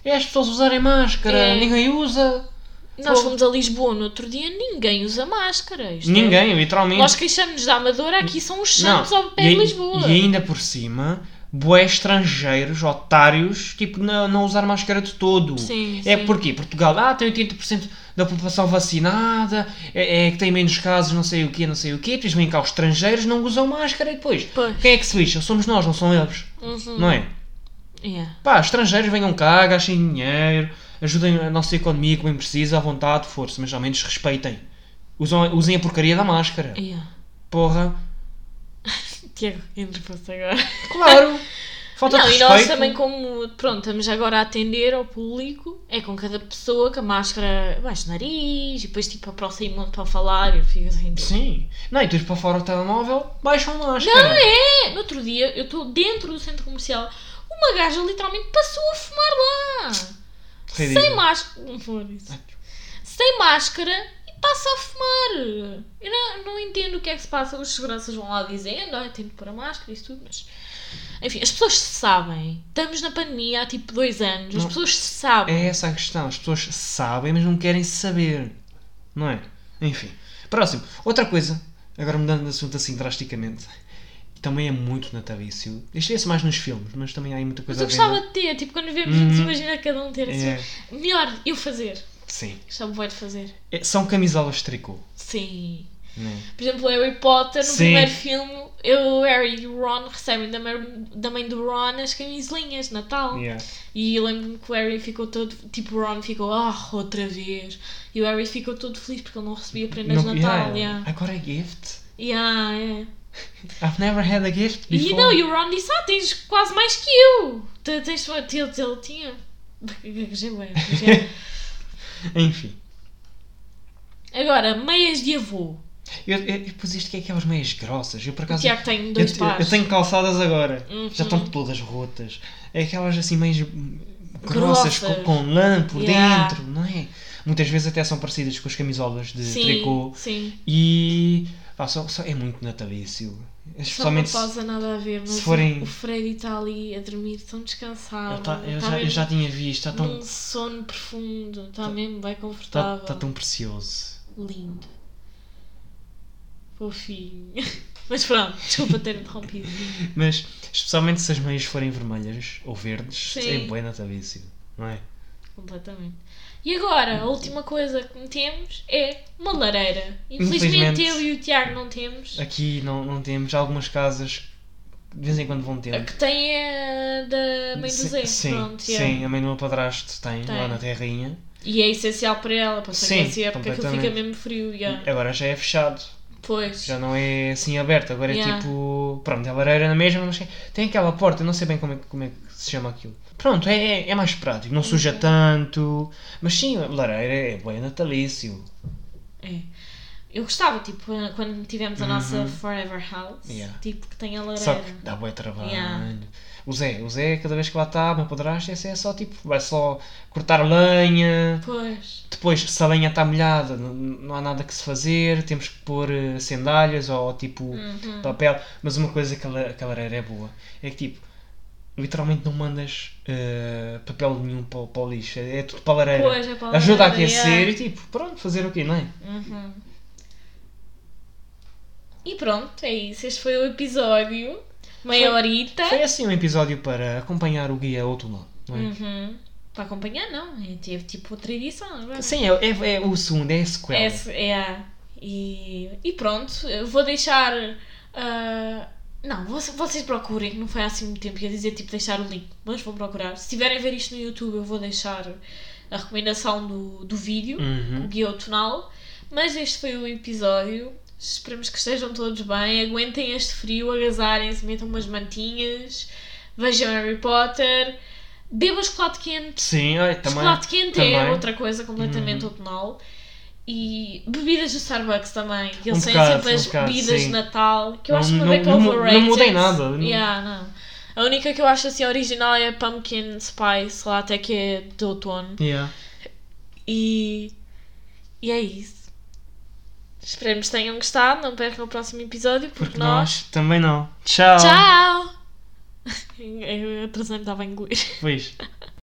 [SPEAKER 1] é as pessoas usarem máscara,
[SPEAKER 2] É.
[SPEAKER 1] ninguém usa.
[SPEAKER 2] Nós
[SPEAKER 1] Fogo.
[SPEAKER 2] fomos a Lisboa no outro dia, ninguém usa máscara. Isto é-
[SPEAKER 1] Ninguém, literalmente.
[SPEAKER 2] Nós queixamos da Amadora, aqui são os
[SPEAKER 1] não.
[SPEAKER 2] santos ao pé
[SPEAKER 1] e,
[SPEAKER 2] de
[SPEAKER 1] ai-
[SPEAKER 2] Lisboa.
[SPEAKER 1] e ainda por cima, bué estrangeiros, otários, tipo, não, não usar máscara de todo.
[SPEAKER 2] Sim,
[SPEAKER 1] É
[SPEAKER 2] sim.
[SPEAKER 1] porque Portugal ah, tem 80% da população vacinada, é, é que tem menos casos, não sei o quê, não sei o quê. Depois vêm cá os estrangeiros, não usam máscara e depois.
[SPEAKER 2] Pois.
[SPEAKER 1] Quem é que se lixa? Somos nós, não são eles.
[SPEAKER 2] Uhum.
[SPEAKER 1] Não é?
[SPEAKER 2] Yeah.
[SPEAKER 1] Pá, estrangeiros venham cá, gastem dinheiro, ajudem a nossa economia que bem precisa, à vontade, força, mas ao menos respeitem. Usam, usem a porcaria da máscara.
[SPEAKER 2] Yeah.
[SPEAKER 1] Porra.
[SPEAKER 2] Tiago, entra-se agora.
[SPEAKER 1] Claro. Falta
[SPEAKER 2] não,
[SPEAKER 1] de
[SPEAKER 2] e
[SPEAKER 1] respeito.
[SPEAKER 2] nós também, como pronto, estamos agora a atender ao público, é com cada pessoa que a máscara mais nariz e depois tipo aproximam-te para falar e eu fico assim. tipo,
[SPEAKER 1] Sim. Não, e tu ires para fora do telemóvel, baixam a máscara. Não, é.
[SPEAKER 2] É, no outro dia eu estou dentro do centro comercial, uma gaja literalmente passou a fumar lá. Sem máscara. Não vou dizer isso. Sem máscara e passa a fumar. Eu não, não entendo o que é que se passa. Os seguranças vão lá dizendo, ah, tenho de pôr a máscara e isso tudo, mas. Enfim, as pessoas sabem. Estamos na pandemia há tipo dois anos. As
[SPEAKER 1] Não.
[SPEAKER 2] pessoas sabem.
[SPEAKER 1] É essa a questão. As pessoas sabem, mas não querem saber. Não é? Enfim. Próximo. Outra coisa, agora mudando de assunto assim drasticamente, que também é muito natalício. Isto vê-se mais nos filmes, mas também há aí muita
[SPEAKER 2] Mas
[SPEAKER 1] coisa
[SPEAKER 2] eu
[SPEAKER 1] à venda.
[SPEAKER 2] gostava de ter, tipo, quando vemos
[SPEAKER 1] é, Uhum.
[SPEAKER 2] juntos, imagina cada um ter a sua.
[SPEAKER 1] É,
[SPEAKER 2] Melhor eu fazer.
[SPEAKER 1] sim.
[SPEAKER 2] Gostava bué de fazer.
[SPEAKER 1] É, são camisolas de tricô.
[SPEAKER 2] Sim.
[SPEAKER 1] Né?
[SPEAKER 2] Por exemplo, Harry Potter, no
[SPEAKER 1] Sim.
[SPEAKER 2] primeiro filme, eu, o Harry e o Ron recebem da, mer- da mãe do Ron as camisolinhas de Natal.
[SPEAKER 1] Yeah.
[SPEAKER 2] E eu lembro-me que o Harry ficou todo. Tipo, o Ron ficou, ah, outra vez. E o Harry ficou todo feliz porque ele não recebia prendas de Natal. Yeah.
[SPEAKER 1] I got a gift.
[SPEAKER 2] Yeah, é.
[SPEAKER 1] I've never had a gift before.
[SPEAKER 2] E não, e o Ron disse, ah, tens quase mais que eu. Te- Tens. Ele, ele tinha. Gaguejei bué, gaguejei.
[SPEAKER 1] Enfim.
[SPEAKER 2] Agora, meias de avô.
[SPEAKER 1] Eu, eu, eu pus isto que é aquelas meias grossas. Eu por
[SPEAKER 2] O
[SPEAKER 1] acaso.
[SPEAKER 2] Tiago tem
[SPEAKER 1] Eu,
[SPEAKER 2] dois
[SPEAKER 1] eu,
[SPEAKER 2] pares.
[SPEAKER 1] eu tenho calçadas agora.
[SPEAKER 2] Uhum.
[SPEAKER 1] Já estão todas rotas. É aquelas assim meias grossas,
[SPEAKER 2] Grossas.
[SPEAKER 1] Com, com lã por
[SPEAKER 2] Yeah.
[SPEAKER 1] dentro, não é? Muitas vezes até são parecidas com as camisolas de
[SPEAKER 2] sim,
[SPEAKER 1] tricô.
[SPEAKER 2] Sim.
[SPEAKER 1] E. pá, só, só é muito natalício. É
[SPEAKER 2] Só não
[SPEAKER 1] Especialmente se-
[SPEAKER 2] pausa nada a ver, mas
[SPEAKER 1] se forem-
[SPEAKER 2] o Freddy está ali a dormir tão descansado.
[SPEAKER 1] Eu, tá- eu
[SPEAKER 2] tá
[SPEAKER 1] já, eu
[SPEAKER 2] mesmo
[SPEAKER 1] já tinha visto, está tão,
[SPEAKER 2] Num sono profundo, está
[SPEAKER 1] Tá-
[SPEAKER 2] mesmo bem
[SPEAKER 1] tá,
[SPEAKER 2] confortável.
[SPEAKER 1] tá tão precioso.
[SPEAKER 2] Lindo. Fofinho. Mas pronto, desculpa ter interrompido.
[SPEAKER 1] Mas, especialmente se as meias forem vermelhas ou verdes,
[SPEAKER 2] Sim.
[SPEAKER 1] é bem natalício, não é?
[SPEAKER 2] completamente. E agora, a última coisa que temos é uma lareira. Infelizmente,
[SPEAKER 1] Infelizmente. É
[SPEAKER 2] eu e o Tiago não temos.
[SPEAKER 1] Aqui não, não temos algumas casas que de vez em quando vão
[SPEAKER 2] A
[SPEAKER 1] ter.
[SPEAKER 2] que tem é da mãe do Zé.
[SPEAKER 1] sim,
[SPEAKER 2] Pronto, é.
[SPEAKER 1] sim, a mãe do meu padrasto tem,
[SPEAKER 2] Tem.
[SPEAKER 1] lá na terrinha.
[SPEAKER 2] E é essencial para ela, para
[SPEAKER 1] Sim,
[SPEAKER 2] ser essa época que ele fica
[SPEAKER 1] completamente.
[SPEAKER 2] mesmo frio. Yeah.
[SPEAKER 1] Agora já é fechado,
[SPEAKER 2] Pois.
[SPEAKER 1] já não é assim aberto, agora
[SPEAKER 2] Yeah.
[SPEAKER 1] é tipo. Pronto, é lareira na mesma, mas tem aquela porta, eu não sei bem como é, que- como é que se chama aquilo. Pronto, é, é- é mais prático, não suja
[SPEAKER 2] Ok.
[SPEAKER 1] tanto. Mas sim, a lareira é bem natalício.
[SPEAKER 2] É. Eu gostava, tipo, quando tivemos a nossa
[SPEAKER 1] Uhum.
[SPEAKER 2] Forever House,
[SPEAKER 1] Yeah.
[SPEAKER 2] tipo, que tem a lareira.
[SPEAKER 1] Só que dá bué trabalho.
[SPEAKER 2] Yeah.
[SPEAKER 1] O Zé, o Zé, cada vez que lá está, meu padrasto, esse é só tipo, vai só cortar lenha.
[SPEAKER 2] Pois.
[SPEAKER 1] Depois, se a lenha está molhada, não, não há nada que se fazer, temos que pôr eh, sandálias ou tipo
[SPEAKER 2] Uhum.
[SPEAKER 1] papel. Mas uma coisa que a, la- que a lareira é boa é que tipo, literalmente não mandas eh, papel nenhum para, o- para o lixo, é, é tudo para a lareira.
[SPEAKER 2] Pois, é para a
[SPEAKER 1] Ajuda a
[SPEAKER 2] lareira,
[SPEAKER 1] aquecer
[SPEAKER 2] yeah.
[SPEAKER 1] e tipo, pronto, fazer o quê, não é?
[SPEAKER 2] Uhum. E pronto, é isso. Este foi o episódio. Meia
[SPEAKER 1] Foi-
[SPEAKER 2] horita.
[SPEAKER 1] Foi assim um episódio para acompanhar o guia outonal, não é?
[SPEAKER 2] Uhum. Para acompanhar, não. É, Teve tipo outra edição agora.
[SPEAKER 1] Sim, é, é- é o segundo, é a sequela.
[SPEAKER 2] É, se- é. E, e pronto, eu vou deixar. ah, não, vo- vocês procurem, que não foi há assim muito tempo. Ia dizer tipo deixar o link, mas vou procurar. Se tiverem a ver isto no YouTube, eu vou deixar a recomendação do, do vídeo,
[SPEAKER 1] Uhum.
[SPEAKER 2] o guia outonal. Mas este foi o episódio. Esperamos que estejam todos bem. Aguentem este frio, agasalhem-se, metam umas mantinhas, vejam Harry Potter, bebam chocolate quente.
[SPEAKER 1] Sim, olha, também.
[SPEAKER 2] Chocolate quente é
[SPEAKER 1] também.
[SPEAKER 2] outra coisa completamente
[SPEAKER 1] Uhum.
[SPEAKER 2] outonal. E bebidas do Starbucks também. Eles
[SPEAKER 1] Um
[SPEAKER 2] têm
[SPEAKER 1] bocado,
[SPEAKER 2] sempre as
[SPEAKER 1] um bocado,
[SPEAKER 2] bebidas de
[SPEAKER 1] sim.
[SPEAKER 2] Natal, que eu
[SPEAKER 1] Não-
[SPEAKER 2] acho uma
[SPEAKER 1] não-
[SPEAKER 2] beca
[SPEAKER 1] não mu- não
[SPEAKER 2] overrated.
[SPEAKER 1] mudei nada, não-
[SPEAKER 2] Yeah, não. A única que eu acho assim original é a Pumpkin Spice, lá até que é de outono.
[SPEAKER 1] Yeah.
[SPEAKER 2] E, e é isso. Esperemos que tenham gostado. Não percam o próximo episódio, porque,
[SPEAKER 1] Porque
[SPEAKER 2] nós.
[SPEAKER 1] nós também não. Tchau.
[SPEAKER 2] Tchau! Eu atrasei-me, estava em inglês.
[SPEAKER 1] Pois.